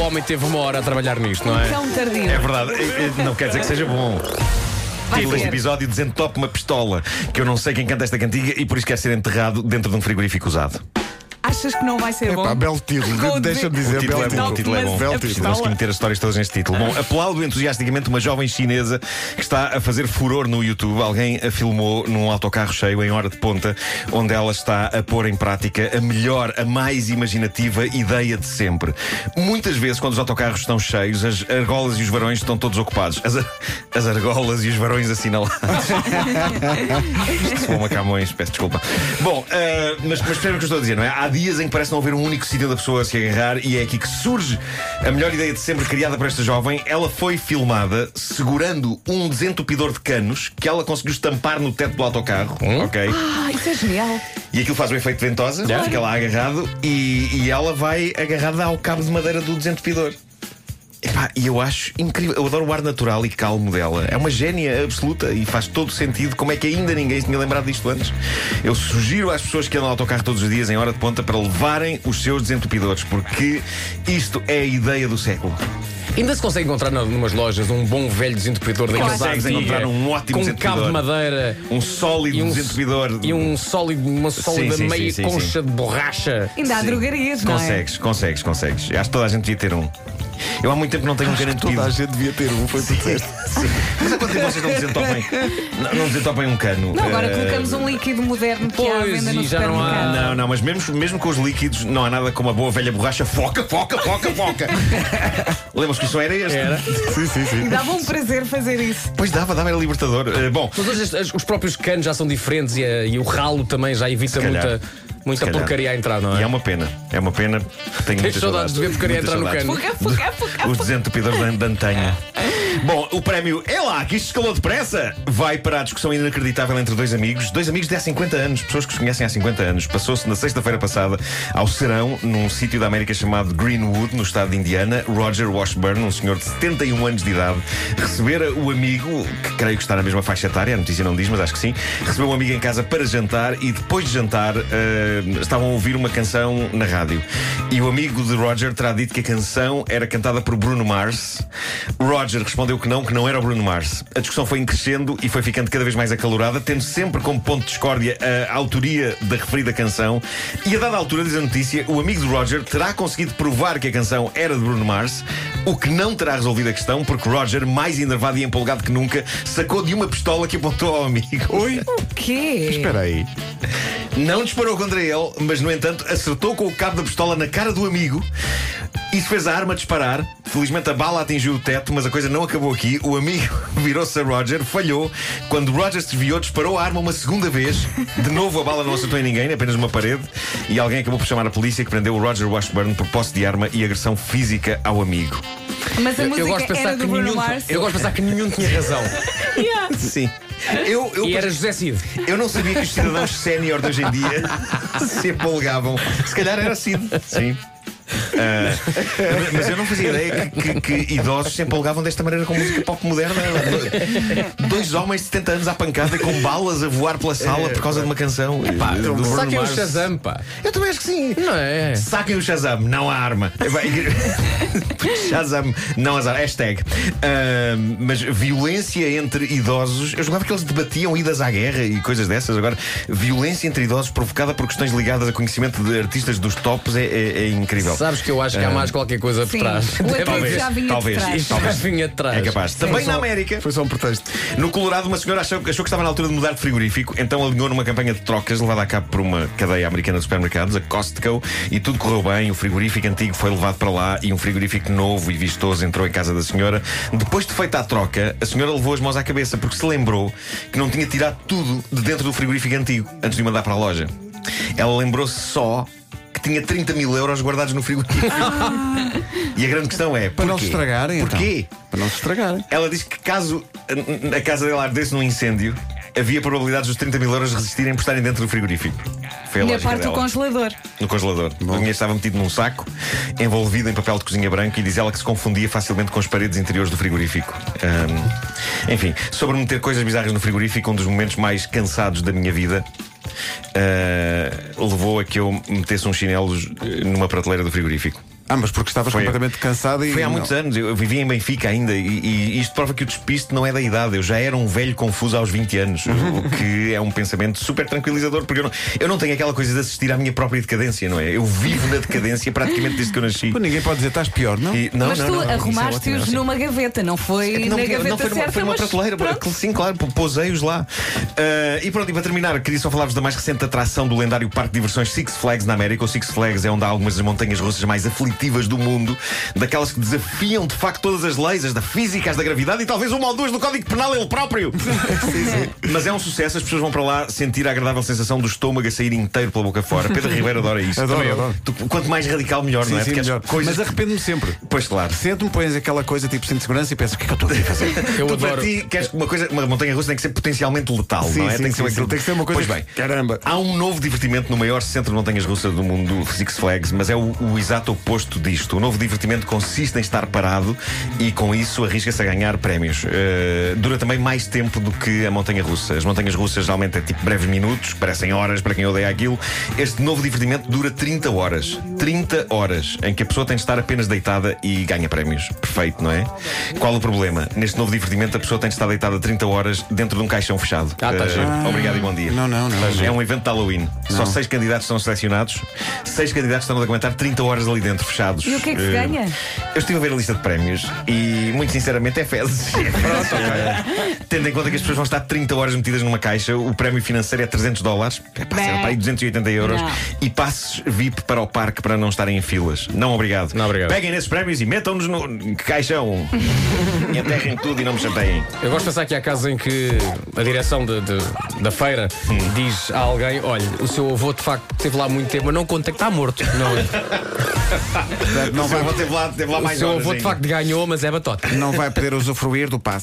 homem teve uma hora a trabalhar nisto, não é? Tão um tardio. É verdade, Eh, eh, não quer dizer que seja bom. Título deste ser. episódio desentope uma pistola, que eu não sei quem canta esta cantiga e por isso quer ser enterrado dentro de um frigorífico usado. Achas que não vai É ser bom? Epá, belo título. Com o Deixa-me dedo- dizer, O título belo é bom, o título é bom. Mas Belo a título. pistola- Vamos que meter as histórias todas neste título. Bom, aplaudo entusiasticamente uma jovem chinesa que está a fazer furor no YouTube. Alguém a filmou num autocarro cheio em hora de ponta, onde ela está a pôr em prática a melhor, a mais imaginativa ideia de sempre. Muitas vezes, quando os autocarros estão cheios, as argolas e os varões estão todos ocupados. As, ar- as argolas e os varões assinalados. Isto soou uma Camões, peço desculpa. Bom, eh, mas, mas percebem o que eu estou a dizer, não é? Há dias em que parece não haver um único sítio da pessoa a se agarrar e é aqui que surge a melhor ideia de sempre criada por esta jovem. Ela foi filmada segurando um desentupidor de canos que ela conseguiu estampar no teto do autocarro, ok? Ah, isso é genial. E aquilo faz o efeito ventosa, fica lá agarrado e, e ela vai agarrada ao cabo de madeira do desentupidor. Epá, e eu acho incrível, eu adoro o ar natural e calmo dela. É uma génia absoluta e faz todo sentido como é que ainda ninguém se tinha lembrado disto antes. Eu sugiro às pessoas que andam ao autocarro todos os dias em hora de ponta para levarem os seus desentupidores, porque isto é a ideia do século. Ainda se consegue encontrar na- numas lojas um bom velho desentupidor da Claro. Consegues encontrar um ótimo com cabo desentupidor. de madeira Um sólido e um, desentupidor. e um sólido, uma sólida sim, sim, meia sim, concha de borracha. Ainda há Sim. drogarias, não é? Consegues, consegues, consegues. Acho que toda a gente devia ter um. Eu há muito tempo não tenho um Acho que garantido. Toda a gente devia ter um, foi o que tu disseste. Sim. Mas há quanto tempo vocês não desentopem, não, não desentopem um cano? Não, agora Eh, colocamos um líquido moderno que há à pois, venda e no já não há- supermercado. Não, não, mas mesmo, mesmo com os líquidos não há nada como a boa velha borracha foca, foca, foca, foca. Lembras que isso era este? Era. Sim, sim, E sim. dava um prazer fazer isso. Pois dava, dava, era libertador. Eh, bom, Mas hoje as- as- os próprios canos já são diferentes e, a- e o ralo também já evita Se calhar. muita, muita Se calhar. porcaria a entrar, não e é? é uma pena, é uma pena. Tenho muitas saudades de ver porcaria muitas entrar no saudades. cano. Fuga, fuga, fuga. Os desentupidores de, de antanha. Bom, o prémio é lá, que isto escalou depressa. Vai para a discussão inacreditável entre dois amigos, dois amigos de há 50 anos, pessoas que se conhecem há 50 anos. Passou-se na sexta-feira passada ao Serão, num sítio da América chamado Greenwood, no estado de Indiana. Roger Washburn, um senhor de 71 anos de idade, recebera o amigo, que creio que está na mesma faixa etária, a notícia não diz, mas acho que sim, recebeu um amigo em casa para jantar e depois de jantar eh, estavam a ouvir uma canção na rádio. E o amigo de Roger terá dito que a canção era cantada por Bruno Mars. Roger respondeu que não, que não era o Bruno Mars. A discussão foi crescendo e foi ficando cada vez mais acalorada, tendo sempre como ponto de discórdia a autoria da referida canção. E a dada altura, diz a notícia, o amigo de Roger terá conseguido provar que a canção era de Bruno Mars, o que não terá resolvido a questão, porque Roger, mais enervado e empolgado que nunca, sacou de uma pistola que apontou ao amigo. Oi? O quê? Espera aí. Não disparou contra ele, mas no entanto acertou com o cabo da pistola na cara do amigo. Isso fez a arma disparar. Felizmente a bala atingiu o teto, mas a coisa não acabou aqui. O amigo virou-se a Roger, falhou. Quando Roger se desviou, disparou a arma uma segunda vez. De novo a bala não acertou em ninguém, apenas uma parede. E alguém acabou por chamar a polícia que prendeu o Roger Washburn por posse de arma e agressão física ao amigo. Mas a Eu- eu, música gosto de pensar era que do Bruno nenhum, Mars. eu gosto de pensar que nenhum tinha razão. Yeah. Sim. Eu, eu, E era José Cid. eu não sabia que os cidadãos sénior de hoje em dia se empolgavam. Se calhar era assim. Sim. Ah, mas eu não fazia ideia que, que- que idosos se empolgavam desta maneira com música pop moderna. Dois homens de 70 anos à pancada e com balas a voar pela sala por causa de uma canção. Epá, do Bruno Saquem é o Mars. Shazam, pá. Eu também acho que sim. Não é? Saquem o Shazam, não a arma. Vai- Shazam, não azar. Hashtag. Ahm, mas violência entre idosos. Eu julgava que eles debatiam idas à guerra e coisas dessas. Agora, violência entre idosos provocada por questões ligadas a conhecimento de artistas dos tops é, é- é incrível. Sabes que eu acho É. que há mais qualquer coisa por Sim. trás. O Deve atrás haver. já vinha talvez, de trás. Isto já vinha de trás. É capaz. Também na América. Foi só um pretexto. No Colorado, uma senhora achou, achou que estava na altura de mudar de frigorífico, então alinhou numa campanha de trocas levada a cabo por uma cadeia americana de supermercados, a Costco, e tudo correu bem. O frigorífico antigo foi levado para lá e um frigorífico novo e vistoso entrou em casa da senhora. Depois de feita a troca, a senhora levou as mãos à cabeça porque se lembrou que não tinha tirado tudo de dentro do frigorífico antigo antes de o mandar para a loja. Ela lembrou-se só que tinha 30 mil euros guardados no frigorífico. e a grande questão é: Para não porquê? se estragarem, então. Porquê? Para não se estragarem. Ela diz que caso a- a casa dela ardesse num incêndio, havia probabilidades dos 30 mil euros resistirem por estarem dentro do frigorífico. Foi é a Minha lógica parte do dela. congelador. No congelador. O dinheiro estava metido num saco, envolvido em papel de cozinha branco, e diz ela que se confundia facilmente com as paredes interiores do frigorífico. Ahm, enfim, sobre meter coisas bizarras no frigorífico, um dos momentos mais cansados da minha vida. ah, levou a que eu metesse uns chinelos eh, numa prateleira do frigorífico. Ah, mas porque estavas Foi- completamente cansado e. Foi há não. muitos anos, eu eu vivia em Benfica ainda e, e isto prova que o despiste não é da idade. Eu já era um velho confuso aos 20 anos, o que é um pensamento super tranquilizador, porque eu não, eu não tenho aquela coisa de assistir à minha própria decadência, não é? Eu vivo na decadência praticamente desde que eu nasci. Pô, Ninguém pode dizer, estás pior, não? E- não, Mas não, tu não, não, isso é ótimo, arrumaste-os não, sim. numa gaveta, não foi É que não, na não, gaveta foi numa, certa. foi numa mas prateleira, pronto. sim, claro, pô- posei-os lá. Ah, e pronto, e para terminar, queria só falar-vos da mais recente atração do lendário parque de diversões Six Flags na América. O Six Flags é onde há algumas das montanhas russas mais aflitivas do mundo, daquelas que desafiam de facto todas as leis, as da física, as da gravidade e talvez uma ou duas do Código Penal ele próprio. Mas é um sucesso, as pessoas vão para lá sentir a agradável sensação do estômago a sair inteiro pela boca fora. Pedro Ribeiro adora isso. Adoro, Também eu. adoro. Tu- quanto mais radical, melhor, Sim, não é? sim, Porque as melhor. coisas. Mas arrependo-me sempre. Pois claro. Sento-me, pões aquela coisa tipo cinto de segurança e penso, o que é que eu estou aqui a fazer? Eu tu, adoro. Para ti, queres que uma, coisa, uma montanha russa tem que ser potencialmente letal, Sim, não é? sim, tem, que sim, ser aquilo- sim, tem que ser uma coisa Pois bem, que- caramba. Há um novo divertimento no maior centro de montanhas russas do mundo, Six Flags, mas é o, o exato oposto disto. O novo divertimento consiste em estar parado e com isso arrisca-se a ganhar prémios. Eh, dura também mais tempo do que a montanha russa. As montanhas russas geralmente é tipo breves minutos, que parecem horas para quem odeia aquilo. Este novo divertimento dura 30 horas. 30 horas em que a pessoa tem de estar apenas deitada e ganha prémios. Perfeito, não é? Qual o problema? Neste novo divertimento, a pessoa tem de estar deitada 30 horas dentro de um caixão fechado. Ah, tá Eh, giro. Obrigado e bom dia. Não, não, não. Mas é um evento de Halloween. Só seis candidatos são selecionados. Seis candidatos estão a aguentar 30 horas ali dentro, fechados. E o que é que se Eh, ganha? Eu estive a ver a lista de prémios e, muito sinceramente, é fezes. Eh, Tendo em conta que as pessoas vão estar 30 horas metidas numa caixa, o prémio financeiro é 300 dólares. É pá, será Bé. para aí 280 euros. Não. E passes VIP para o parque para não estarem em filas. Não, obrigado. Não, obrigado. Peguem nesses prémios e metam-nos no caixão. um. e enterrem tudo e não me chateiem. Eu gosto de pensar que há casos em que a direção de- de- da feira Hum. diz a alguém: olha, o seu avô de facto esteve lá muito tempo, mas não conta que está morto. Não, Não Não, vai, vou ter lá, teve lá o mais seu horas avô de ainda. facto ganhou, mas é batota. não vai poder usufruir do passe.